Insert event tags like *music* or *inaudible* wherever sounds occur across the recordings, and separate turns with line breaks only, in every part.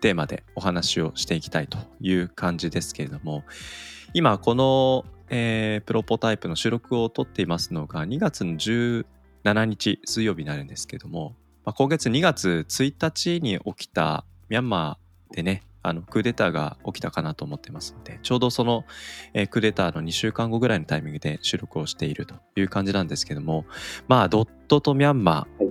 テーマでお話をしていきたいという感じですけれども今この、えープロポタイプの収録を撮っていますのが2月の17日水曜日になるんですけども、まあ、今月2月1日に起きたミャンマーでねあのクーデターが起きたかなと思ってますのでちょうどその、えークーデターの2週間後ぐらいのタイミングで収録をしているという感じなんですけどもまあドットとミャンマー、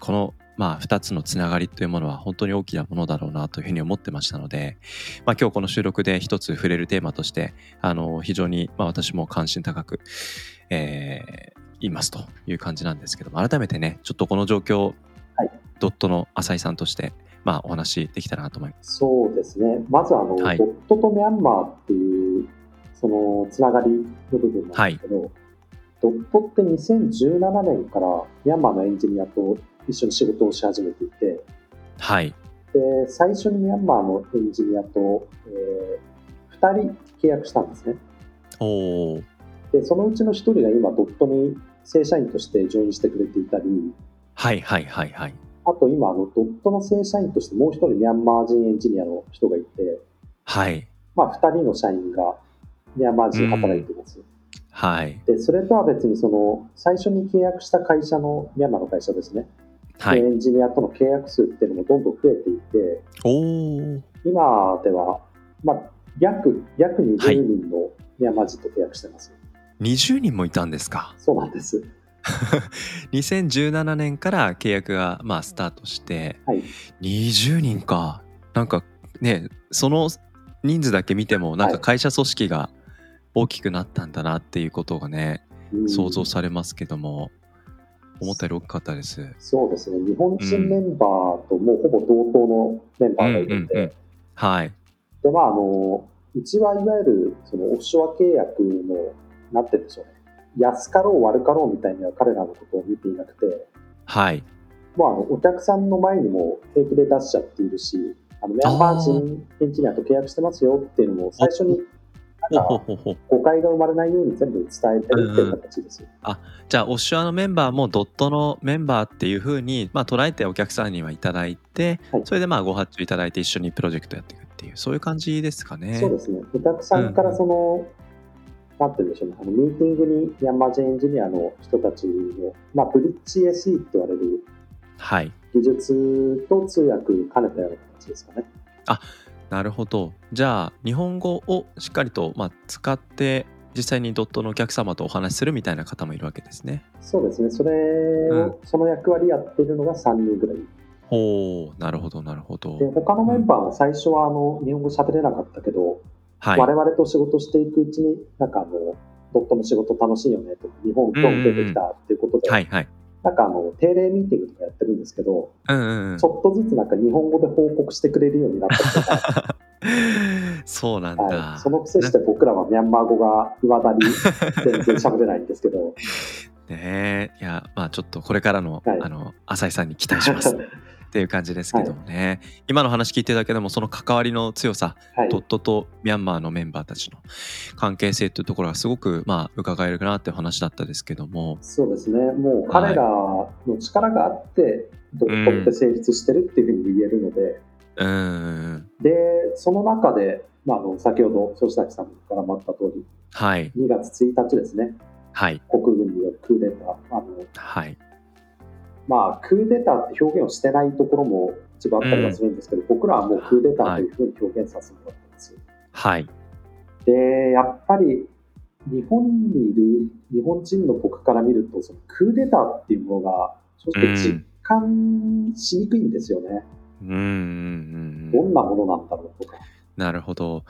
このまあ、2つのつながりというものは本当に大きなものだろうなというふうに思ってましたので、まあ、今日この収録で一つ触れるテーマとしてあの非常に、まあ、私も関心高く、えーいますという感じなんですけども改めてねちょっとこの状況、
はい
ドットの浅井さんとして、まあ、お話できたらなと思います。
そうですね、まずあの、
はい
ドットとミャンマーっていう、そのつながりの部分なんですけど、ドットって2017年からミャンマーのエンジニアと一緒に仕事をし始めていて、
はい、
で最初にミャンマーのエンジニアと、え2人契約したんですね。
おー
で、そのうちの1人が今、ドットに正社員としてジョインしてくれていたり、
はいはいはいはい
あと今あの、ドットの正社員としてもう1人ミャンマー人エンジニアの人がいて、
はい
まあ、2人の社員がミャンマー人で働いています。
はい
でそれとは別にその最初に契約した会社のミャンマーの会社ですね、
は
でエ
い
ンジニアとの契約数っていうのもどんどん増えていて
おー
今では、まあ、約約
はい
20人のミャンマー人と契約してます、
20人もいたんですか
そうなんです、
2017年から契約がまあスタートして
はい、
20人かなんかねその人数だけ見てもなん
は
か
い
会社組織が大きくなったんだなっていうことがね、
うん
想像されますけども思ったより大きかったです。
そうですね日本人メンバーともうほぼ同等のメンバーがいるので、
うんうんうんはい
でまああのうちはいわゆるそのオフショア契約のなってるでしょうね安かろう悪かろうみたいには彼らのことを見ていなくて、
はい
まあ、あのお客さんの前にも平気で出しちゃっているし、あのメンバー人エンジニアと契約してますよっていうのも、最初になん
ほ
か
ほほほ
誤解が生まれないように全部伝えてるっていう形ですよ。
じゃあオッシュアのメンバーもドットのメンバーっていうふうに、まあ、捉えてお客さんにはいただいて、
はい
それでまあご発注いただいて一緒にプロジェクトやっていくっていうそういう感じですかね。
そうですね。お客さんからその、なんて言うんでしょうね、あのミーティングにミャンマー人エンジニアの人たちの、まあ、ブリッジ SE って言われる
はい
技術と通訳兼ねたような形ですかね。
なるほど。じゃあ日本語をしっかりと、まあ、使って実際にドットのお客様とお話しするみたいな方もいるわけですね。
そうですね。それを、
うん
その役割やってるのが3人ぐらい
ほうなるほどなるほど
で。他のメンバーは最初はあの日本語喋れなかったけど、
はい。
我々と仕事していくうちになんかあのドットの仕事楽しいよねとか日本興味出てきたっていうことで、
はいはい。
なんかあの定例ミーティングとかやってるんですけど、
うんうんうん
ち。ょっとずつなんか日本語で報告してくれるようになったり
*laughs*
とか、
そうなんだ。
はい、そのくせして僕らはミャンマー語がいまだに全然喋れないんですけど
ねえいやまあちょっとこれからの、
はい
あの浅井さんに期待し
*laughs*
ますっていう感じですけどもね、今の話聞いてただけでもその関わりの強さ
はい
ドットとミャンマーのメンバーたちの関係性というところがすごくまあ伺えるなっていう話だったですけども
そうですねもう彼らの力があってドットって成立してるっていうふうに言えるので。
うーん
で、その中で、まあ、あの先ほど、吉崎さんからもあった通り、
はい
2月1日ですね、
はい
国軍によるクーデター、あの
はい
まあ、クーデターって表現をしてないところも一部あったりはするんですけど、僕らはもうクーデターというふうに表現させてもらってます。
はい
で、やっぱり日本にいる日本人の僕から見ると、そのクーデターっていうものが、正直実感しにくいんですよね。
うーんうん
ど
うん
んなものなんだろうとか。
なるほど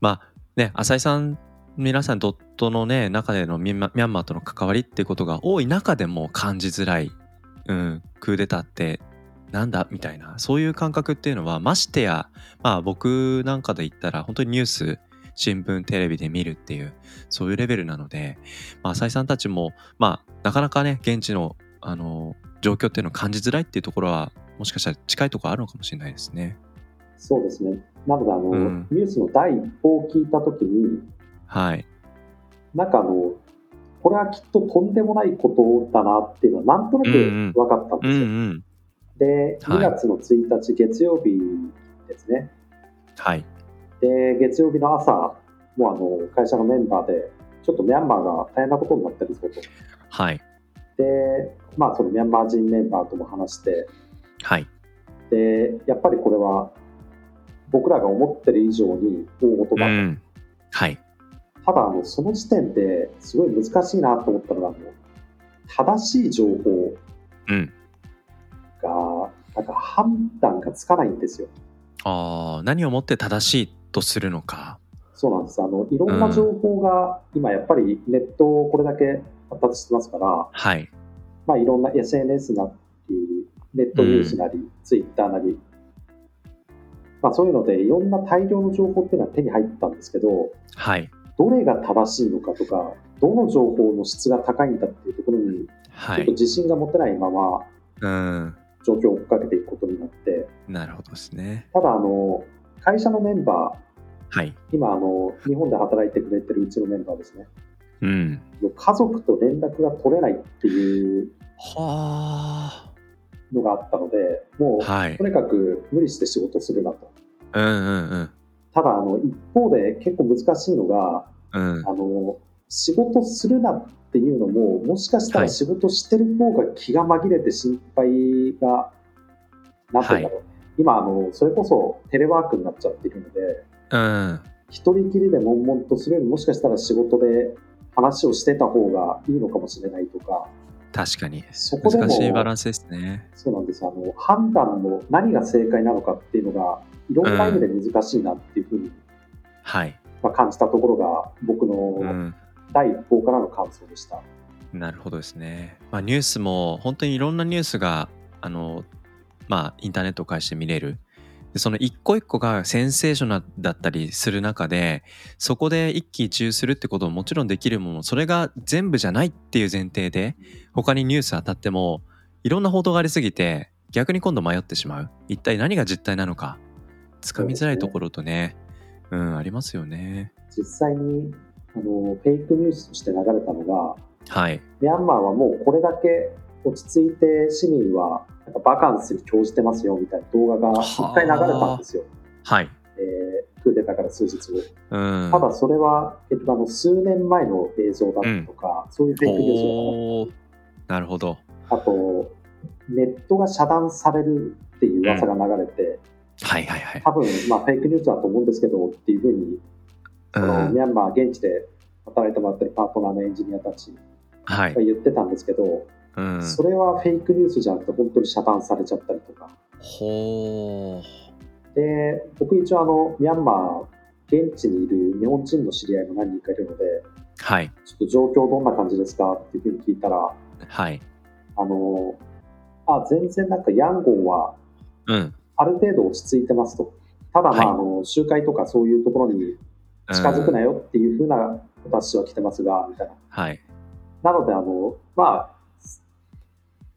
まあね浅井さん皆さんドットのね中でのミャンマミャンマーとの関わりってことが多い中でも感じづらい、うん、クーデターってなんだみたいなそういう感覚っていうのはましてや、まあ、僕なんかで言ったら本当にニュース新聞テレビで見るっていうそういうレベルなので、まあ、浅井さんたちも、まあ、なかなかね現地のあの状況っていうのを感じづらいっていうところはもしかしたら近いところあるのかもしれないですね。
そうですね。なので、あの、
うん
ニュースの第一報を聞いたときに、
はい、
なんかあの、これはきっととんでもないことだなっていうのは、なんとなく分かったん
う
で
ん
すよ。
うん
で、
はい
2月の1日、月曜日ですね。
はい
で、月曜日の朝、もうあの会社のメンバーで、ちょっとミャンマーが大変なことになってるぞと。
はい
で、まあ、そのミャンマー人メンバーとも話して、
はい
で、やっぱりこれは、僕らが思ってる以上に大事
う
だと。
んはい
ただあの、その時点ですごい難しいなと思ったのが、あの正しい情報
うん
が、なんか判断がつかないんですよ。
あー何をもって正しいとするのか
そうなんです。あの、いろんな情報が、今やっぱりネットをこれだけ発達してますから、
はい
まあいろんな SNS なり、ネットニュースなり、ツイッターなり、まあそういうので、いろんな大量の情報っていうのは手に入ったんですけど、
はい
どれが正しいのかとか、どの情報の質が高いんだっていうところに、
は
ちょっと
い
自信が持てないまま、
うん
状況を追っかけていくことになって、
なるほどですね
ただあの、会社のメンバ
はい
ー、今あの、日本で働いてくれてるうちのメンバーですね、
うん
家族と連絡が取れないっていう
は
のがあったので、も
あ
う、
はい
とにかく無理して仕事するなと。
うんうんうん
ただあの、一方で結構難しいのが、
うん
あの、仕事するなっていうのも、もしかした
は
ら
い
仕事してる方が気が紛れて心配が、なんていうんだろう。今あの、それこそテレワークになっちゃっているので、
うん
一人きりで悶々とするよりもしかしたら仕事で話をしてた方がいいのかもしれないとか
確かに
そこでも
難しいバランスですね
そうなんですあの判断の何が正解なのかっていうのがいろんな意味で難しいなっていうふうに、
はい
まあ、感じたところが僕
う
の
ん
第一報からの感想でした、
なるほどですね。まあ、ニュースも本当にいろんなニュースがあの、まあ、インターネットを介して見れる。でその一個一個がセンセーショナルだったりする中でそこで一喜一憂するってことももちろんできるものそれが全部じゃないっていう前提で他にニュース当たってもいろんな報道がありすぎて逆に今度迷ってしまう一体何が実態なのかつかみづらいところとねうんありますよね
実際にあのフェイクニュースとして流れたのが
はい
ミャンマーはもうこれだけ落ち着いて市民はなんかバカンスに興じてますよみたいな動画が一回流れたんですよ、
はい
えークーデターから数日後。
うん
ただそれは、えっと、あの数年前の映像だったとか、そういうフェイクニュース
おーなるほど
だったあとネットが遮断されるっていう噂が流れて、
はいはいはい。
多分、まあ、フェイクニュースだと思うんですけどっていうふうに、
う
あの
ん
ミャンマー現地で働いてもらってるパートナーのエンジニアたち
は
が
い。
言ってたんですけど、
うん、
それはフェイクニュースじゃなくて本当に遮断されちゃったりとか
ほ
で僕一応あのミャンマー現地にいる日本人の知り合いも何人かいるので
ーはい
ちょっと状況どんな感じですかっていうふうに聞いたら
はい。
あの、あ、全然なんかヤンゴンは
うん。うん
ある程度落ち着いてますと。ただまあ、
はい
あの、集会とかそういうところに近づくなよっていうふうな私は来てますが、みたいな。
はい。
なので、あの、まあ、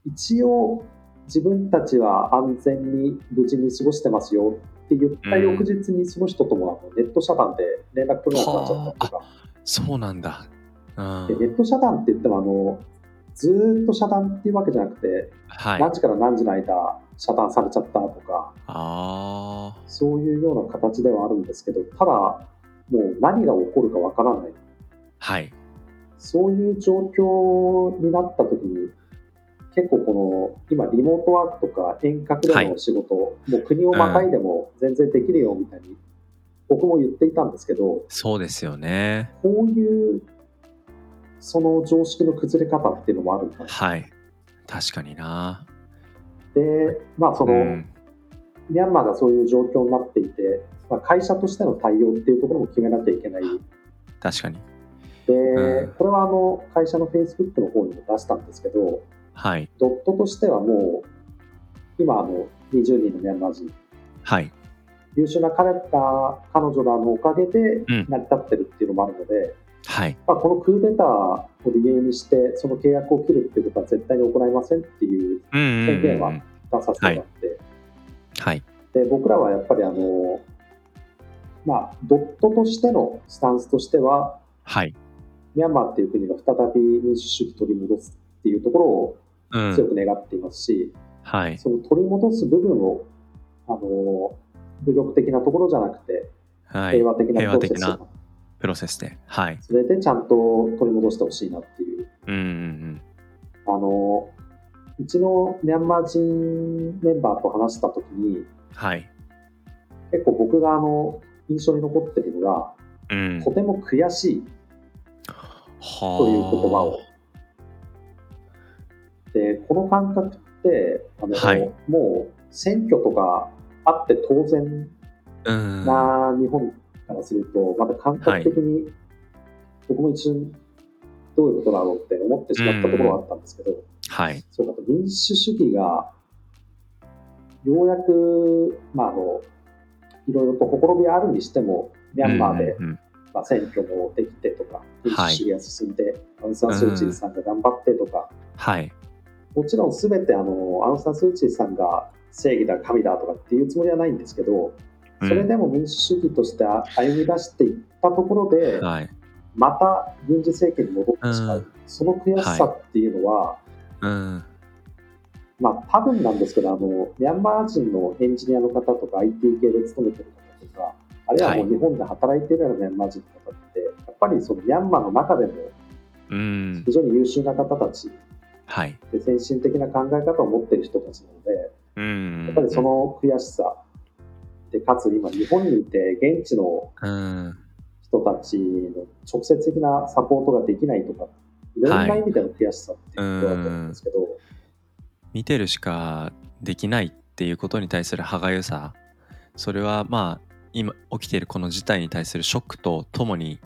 一応自分たちは安全に無事に過ごしてますよって言った
うん
翌日にその人ともあのネット遮断で連絡取れなくなっちゃったりとか。
そうなんだ。うん
でネット遮断って言ってもあの、ずーっと遮断っていうわけじゃなくて、
はい。
何時から何時の間遮断されちゃったとか、
ああ。
そういうような形ではあるんですけど、ただ、もう何が起こるかわからない。
はい。
そういう状況になった時に、結構この、今リモートワークとか遠隔での仕事、もう国をまたいでも全然できるよみたいに、僕も言っていたんですけど、
そうですよね。
こういう、その常識の崩れ方っていうのもあるんだ。
はい。確かにな。
で、まあその、
うん。
ミャンマーがそういう状況になっていて、まあ、会社としての対応っていうところも決めなきゃいけない。
確かに。
で、
うん
これはあの会社の Facebook の方にも出したんですけど、
はい。
ドットとしてはもう、今あの20人のミャンマー人
はい。
優秀な彼ら彼女らのおかげで
うん
成り立ってるっていうのもあるので、
はい。
まあ、このクーデターを理由にしてその契約を切るっていうことは絶対に行いませんっていう
うんうんうん
宣言
う
は
ん。
出させてもらって、
はい。
で僕らはやっぱりあの、まあ、ドットとしてのスタンスとしては
はい。
ミャンマーっていう国が再び民主主義取り戻すっていうところを
う
強
ん。
く願っていますし、
はい。
その取り戻す部分をあの武力的なところじゃなくて
はい
平。和的な
平和
プロセ
的
ス
な
を
プロセスで。はい。
それでちゃんと取り戻してほしいなっていう
うんうん
あのうちのミャンマー人メンバーと話した時に
うん。はい。
結構僕があの印象に残ってるのが、
うん。
とても悔しい
は
という言葉を。でこの感覚ってあの、
はい
もう選挙とかあって当然
うん。
な日本からすると、まだ感覚的に、僕も一瞬どういうことだろうって思ってしまったところはあったんですけど、
はい。
そうだと民主主義がようやく、まあ、あのいろいろとほころびあるにしてもミャンマーで、
うんうんうん
まあ、選挙もできてとか民
はい
主主義が進んで、アウン・サン・スー・チーさんが頑張ってとか、
はい。
もちろん全てあのアウン・サン・スー・チーさんが正義だ神だとかっていうつもりはないんですけど
う
それ
ん
でも民主主義として歩み出していったところで、
はい。
また軍事政権に戻ってしまう、
う
その悔しさっていうのは、
うん。
まあ、多分なんですけど、あの、ミャンマー人のエンジニアの方とか IT 系で勤めてる方とか、あるいはも
は
う日本で働いてるようなミャンマー人の方って、やっぱりそのミャンマーの中でも
うん
非。常に優秀な方たち
はい。
で、先進的な考え方を持ってる人たちなので、
うん。
やっぱりその悔しさ、で、かつ今日本にいて現地の
うん。
人たちの直接的なサポートができないとか、いろんな意味での悔しさっていうことだと思うんですけど、
見てるしかできないっていうことに対する歯がゆさそれはまあ今起きているこの事態に対するショックとともに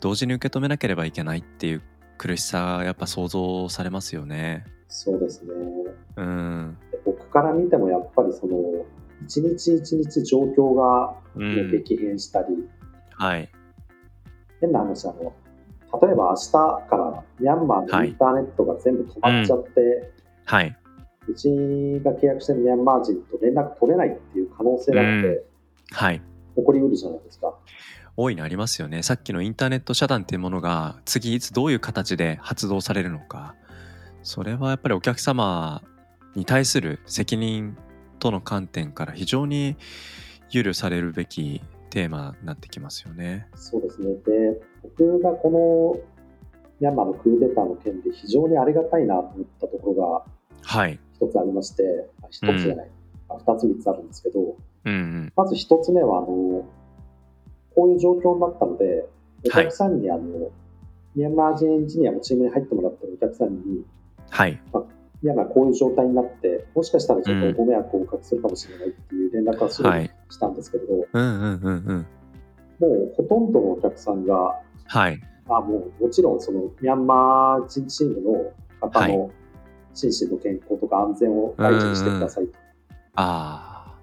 同時に受け止めなければいけないっていう苦しさがやっぱ想像されますよね。
そうですね。
うん、
僕から見てもやっぱりその一日一日状況が
う、
もうん激変したり、
はい
変な話あの例えば明日からミャンマーのインターネットが全部止まっちゃって、
はいう
ちが契約してるミャンマー人と連絡取れないっていう可能性だって
はい
起こりうるじゃないですか、
大いにありますよねさっきのインターネット遮断っていうものが次いつどういう形で発動されるのかそれはやっぱりお客様に対する責任との観点から非常に憂慮されるべきテーマになってきますよね。
そうですねで僕がこのミャンマーのクーデターの件で非常にありがたいなと思ったところ
はい。
が一つありましてあ一つじゃない、あ二つ三つあるんですけど、
うんうん。
まず一つ目は、あの、こういう状況になったので、お客さんに、あの、ミャンマー人エンジニアもチームに入ってもらってるお客さんに、
はい。
いや、まあこういう状態になって、もしかしたらちょっとご迷惑をおかけするかもしれないっていう連絡はすぐ
はい
にしたんですけれど、
うんうんうんうん。
もうほとんどのお客さんが、
はい。
あもうもちろんそのミャンマー人チームの方
はい
の心身の健康とか安全を大事にしてくださいと。
あ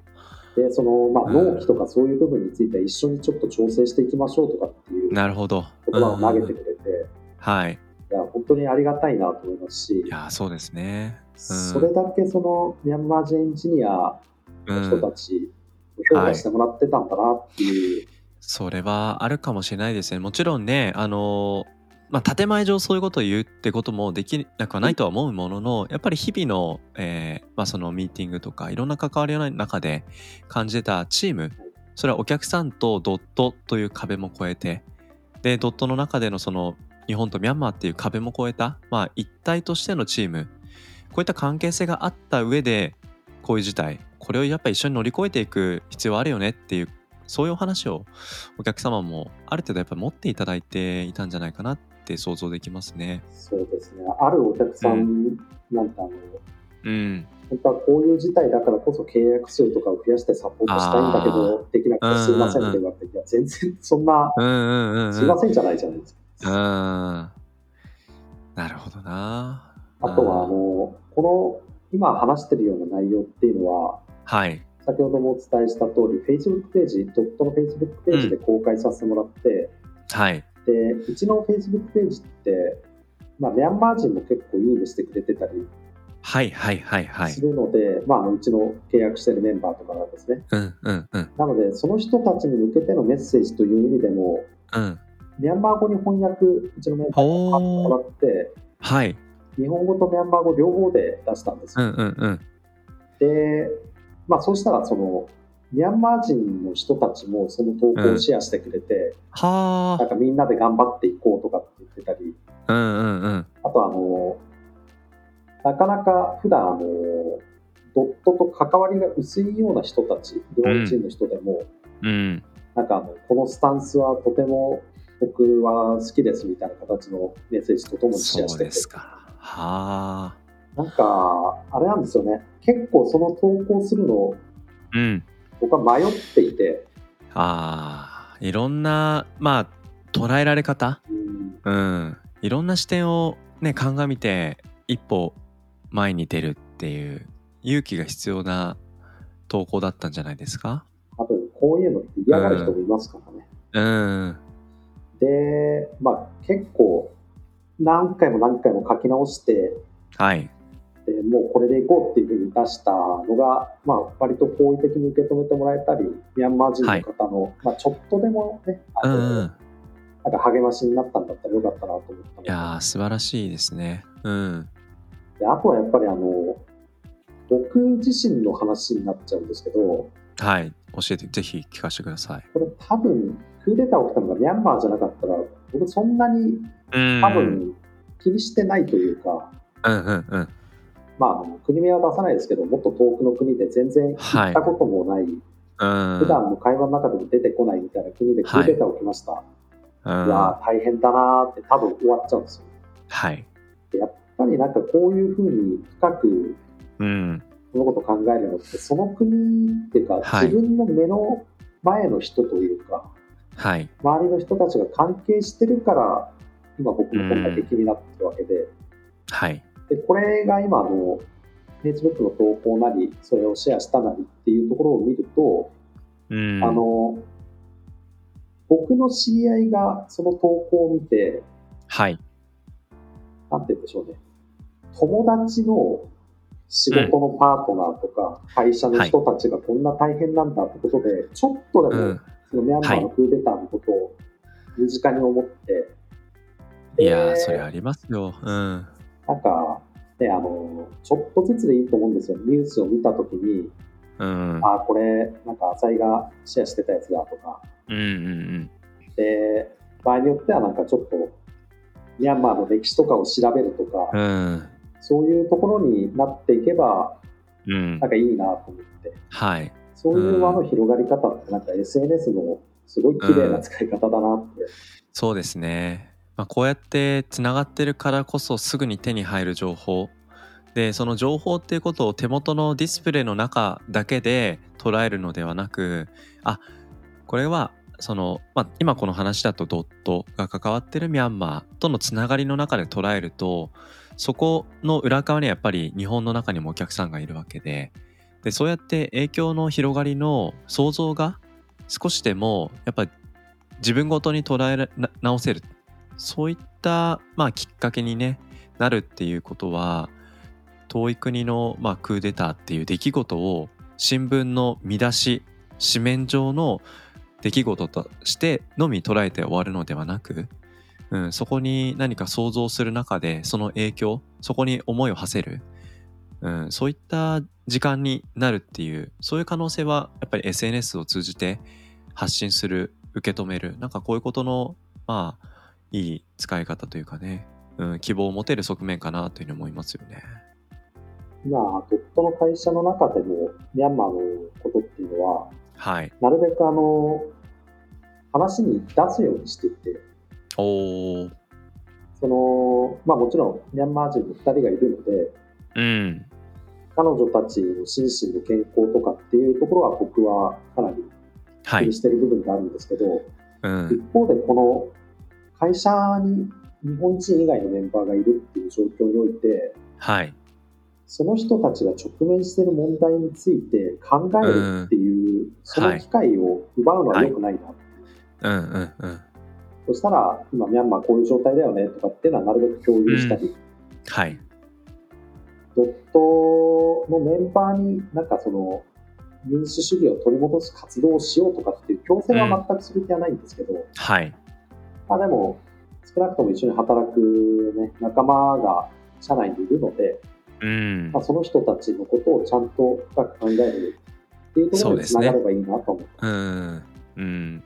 で、その、まあ、
うん
納期とかそういう部分については一緒にちょっと調整していきましょうとかっていう
あ。なるほど。
言葉を投げて
うんうん
くれて、
はい。
いや本当にありがたいなと思いますし
い、やー、そうですね。
それだけそのミャンマー人エンジニア
う
の
ん
人たち、評価してもらってたんだなっていう、
それはあるかもしれないですね。もちろんね、あの、まあ、建前上そういうことを言うってこともできなくはないとは思うものの、やっぱり日々の、えーまあ、そのミーティングとか、いろんな関わりの中で感じてたチーム、それはお客さんとドットという壁も越えて、で、ドットの中でのその日本とミャンマーっていう壁も越えた、まあ、一体としてのチーム、こういった関係性があった上で、こういう事態、これをやっぱり一緒に乗り越えていく必要あるよねっていう、そういうお話をお客様もある程度やっぱ持っていただいていたんじゃないかなって想像できますね。
そうですねあるお客さんなんかあの、
うん。
本当はこういう事態だからこそ契約数とかを増やしてサポートしたいんだけどできなくてすいませんって言われて、いや全然そんな
うんうんうん、うん。
すいませんじゃないじゃないです
うん。
か、
なるほどな。
あとはあのこの今話してるような内容っていうのは、
はい。
先ほどもお伝えした通り、Facebook ページ、ドットの Facebook ページで公開させてもらって、
はい。
で、うちの Facebook ページって、まあ、ミャンマー人も結構いいねしてくれてたり
はいはいはいはい
す。るので、まあ、うちの契約してるメンバーとかがですね。
うんうんうん
なので、その人たちに向けてのメッセージという意味でも、
うん。
ミャンマー語に翻訳、うちのメンバーに買ってもら
おー。
って、
はい。
日本語とミャンマー語両方で出したんです
う
よ。
んうんうん。
で、まあ、そうしたら、その、ミャンマー人の人たちもその投稿をシェアしてくれて、
は
なんかみんなで頑張っていこうとかって言ってたり、
あ。うんうんうん。
あとあの、なかなか普段あの、ドットと関わりが薄いような人たち、日本人の人でも、
うん。
なんかあの、このスタンスはとても僕は好きですみたいな形のメッセージとともにシェア
そ
し
う
て
で
て、
すか。はあ。
なんか、あれなんですよね。結構その投稿するのを
うん。
僕は迷っていて、
ああ。いろんな、まあ、捉えられ方
うん
うん。いろんな視点をね、鑑みて、一歩前に出るっていう、勇気が必要な投稿だったんじゃないですか
多分こういうのって嫌がる人もいますからね。
うん。
で、まあ結構何回も何回も書き直して、
はい。
でもうこれでいこうっていうふうに出したのが、まあ、割と好意的に受け止めてもらえたり、ミャンマー人の方の、まあ、ちょっとでもね、あ
う
の
んうん。
なんか励ましになったんだったらよかったなと思ったの
いやー、素晴らしいですね。うん。
であとはやっぱりあの、僕自身の話になっちゃうんですけど、こ
はい。教えて、ぜひ聞かせてください。
れ多分、クーデター起きたのがミャンマーじゃなかったら、僕そんなに
うん
多分気にしてないというか、
うんうんうん。
まああの、国名は出さないですけど、もっと遠くの国で全然
は
行
い
った。こともない、
うん。
普段の会話の中でも出てこないみたいな国でクーデター起きました。い、や
うん
ー大変だなーって多分終わっちゃうんですよ。
はい。
でやっぱりなんかこういうふうに深く
うん。
物事を考えるのって、その国っていうか、
はい
自分の目の前の人というか、
はい。
周りの人たちが関係してるから、今僕もこんだけ気になってるわけで、
はい。
でこれが今あの、Facebook の投稿なり、それをシェアしたなりっていうところを見ると、
うん。
あの、僕の知り合いがその投稿を見て、
はい。
なんて言うんでしょうね。友達の仕事のパートナーとか、会社の人たちがこんな大変なんだってことで、ちょっとで
う
も
ん。
そのミャンマー
は
のクーデターのことを身近に思って、
いやー、
で
それありますよ。うん。
なんか、ね、あの、ちょっとずつでいいと思うんですよ。ニュースを見たときに、
うん。
ああ、これ、なんか浅井がシェアしてたやつだとか、
うんうん
で場合によってはなんかちょっとミャンマーの歴史とかを調べるとか、
うん。うん。
そういうところになっていけば
うん
な。んかいいなと思って
はい。
そういう輪の広がり方ってなんか SNS のすごい綺麗な使い方だなって、
そうですね。まあ、こうやってつながってるからこそすぐに手に入る情報でその情報っていうことを手元のディスプレイの中だけで捉えるのではなくあこれはその、まあ、今この話だとドットが関わってるミャンマーとのつながりの中で捉えるとそこの裏側にはやっぱり日本の中にもお客さんがいるわけででそうやって影響の広がりの想像が少しでもやっぱり自分ごとに捉えらな直せるそういった、まあ、きっかけに、ね、なるっていうことは遠い国の、まあ、クーデターっていう出来事を新聞の見出し紙面上の出来事としてのみ捉えて終わるのではなく、うん、そこに何か想像する中でその影響そこに思いを馳せる、うん、そういった時間になるっていうそういう可能性はやっぱり SNS を通じて発信する受け止めるなんかこういうことのまあいい使い方というかね、うん、希望を持てる側面かなというふうに思いますよね。
今ドットの会社の中でもミャンマーのことっていうのは
はい。
なるべくあの話に出すようにしていて
おー
その、まあ、もちろんミャンマー人の2人がいるので
うん
彼女たちの心身の健康とかっていうところは僕はかなり
は
気
い
に。してる部分があるんですけど、
うん
一方でこの会社に日本人以外のメンバーがいるっていう状況において
はい。
その人たちが直面している問題について考えるっていう、その機会を奪うのは良くないな、
うんうんうん。
そしたら今ミャンマーこういう状態だよねとかっていうのはなるべく共有したり、
はい。
ドットのメンバーになんかその民主主義を取り戻す活動をしようとかっていう強制は全くする気はないんですけど、
はい。
まあでも少なくとも一緒に働く、ね、仲間が社内にいるので、
うん
まあ、。その人たちのことをちゃんと深く考えるっていうとこ
そう
ろ
で
に
す
つ
ね
ながればいいなと思う。
うん。うん。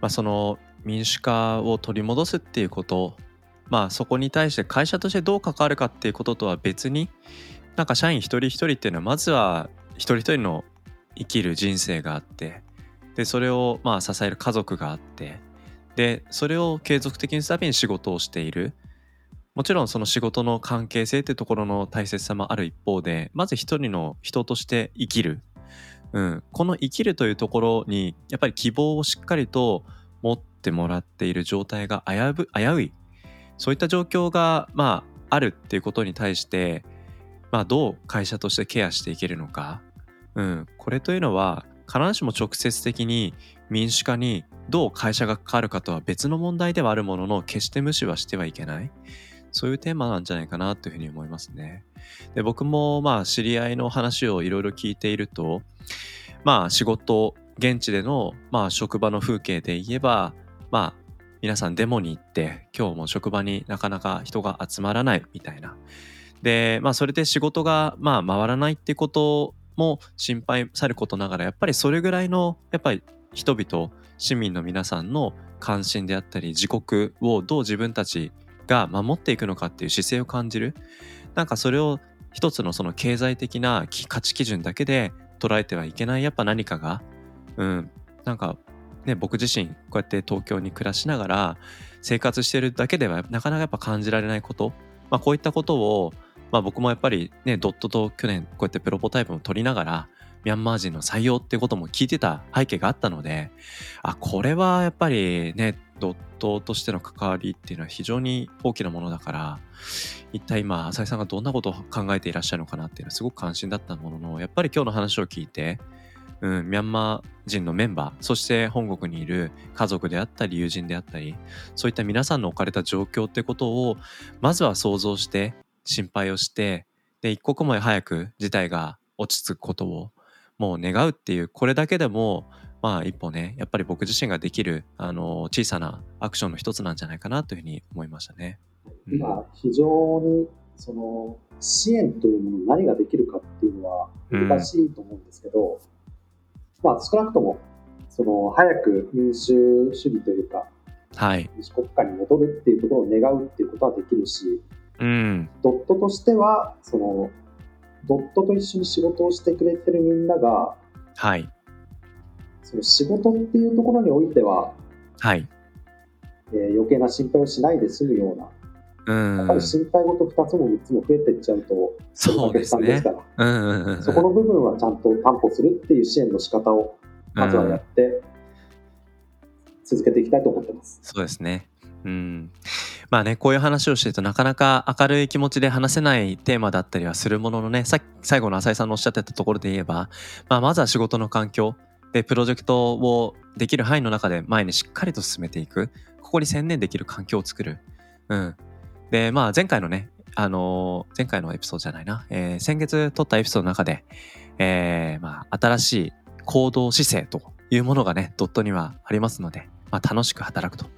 まあ、その民主化を取り戻すっていうこと、まあ、そこに対して会社としてどう関わるかっていうこととは別に、なんか社員一人一人っていうのは、まずは一人一人の生きる人生があって、で、それをまあ支える家族があって、で、それを継続的にするために仕事をしている。もちろんその仕事の関係性っていうところの大切さもある一方で、まず一人の人として生きるうん、この生きるというところにやっぱり希望をしっかりと持ってもらっている状態が危ぶ危ういそういった状況が、まあ、あるっていうことに対して、まあ、どう会社としてケアしていけるのか、うん、これというのは必ずしも直接的に民主化にどう会社が関わるかとは別の問題ではあるものの決して無視はしてはいけないそういうテーマなんじゃないかなというふうに思いますね。で僕もまあ知り合いの話をいろいろ聞いていると、まあ仕事現地でのまあ職場の風景で言えばまあ皆さんデモに行って今日も職場になかなか人が集まらないみたいなでまあそれで仕事がまあ回らないってことも心配さることながらやっぱりそれぐらいのやっぱり人々市民の皆さんの関心であったり自国をどう自分たちが守っていくのかっていう姿勢を感じるなんかそれを一つのその経済的なき価値基準だけで捉えてはいけないやっぱ何かがうんなんかね僕自身こうやって東京に暮らしながら生活してるだけではなかなかやっぱ感じられないこと、まあ、こういったことを、まあ、僕もやっぱりねドットと去年こうやってプロポタイプも取りながらミャンマー人の採用ってことも聞いてた背景があったのであこれはやっぱりねドットとしての関わりっていうのは非常に大きなものだから一体今浅井さんがどんなことを考えていらっしゃるのかなっていうのはすごく関心だったもののやっぱり今日の話を聞いて、うん、ミャンマー人のメンバーそして本国にいる家族であったり友人であったりそういった皆さんの置かれた状況ってことをまずは想像して心配をしてで一刻も早く事態が落ち着くことをもう願うっていうこれだけでもまあ一歩ねやっぱり僕自身ができるあの小さなアクションの一つなんじゃないかなというふうに思いましたね。うん
今非常にその支援というものに何ができるかっていうのは難しいと思うんですけど、まあ少なくともその早く民主主義というか
はい。
民主国家に戻るっていうところを願うっていうことはできるし
うん。
ドットとしてはそのドットと一緒に仕事をしてくれてるみんなが
はい。
その仕事っていうところにおいては、
はい。
えー余計な心配をしないで済むような
う
やっぱ
ん
り。心配事2つも3つも増えていっちゃうと
そうです
お客さんです
ね
か。ら
うんうんうんうん。
そこの部分はちゃんと担保するっていう支援の仕方をまずはやって続けていきたいと思ってます。
そうですね。うん、まあねこういう話をしてるとなかなか明るい気持ちで話せないテーマだったりはするもののねさっき最後の浅井さんのおっしゃってたところで言えば、まあ、まずは仕事の環境でプロジェクトをできる範囲の中で前にしっかりと進めていくここに専念できる環境を作る。うん、でまあ前回のねあのー前回のエピソードじゃないな、えー先月撮ったエピソードの中で、えーまあ、新しい行動姿勢というものがねドットにはありますので、まあ、楽しく働くと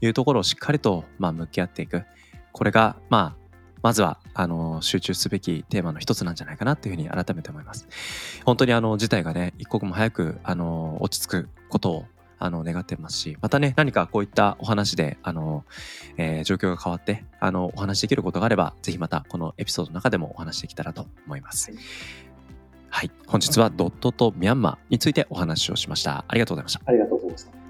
いうところをしっかりと、まあ、向き合っていく。これが、まあ、まずは、あの、集中すべきテーマの一つなんじゃないかなというふうに改めて思います。本当に、あの、事態がね、一刻も早く、あの、落ち着くことを、あの、願ってますし、またね、何かこういったお話で、あの、えー状況が変わって、あの、お話しできることがあれば、ぜひまた、このエピソードの中でもお話しできたらと思います。はい。本日は、ドットとミャンマーについてお話をしました。ありがとうございました。
ありがとうございました。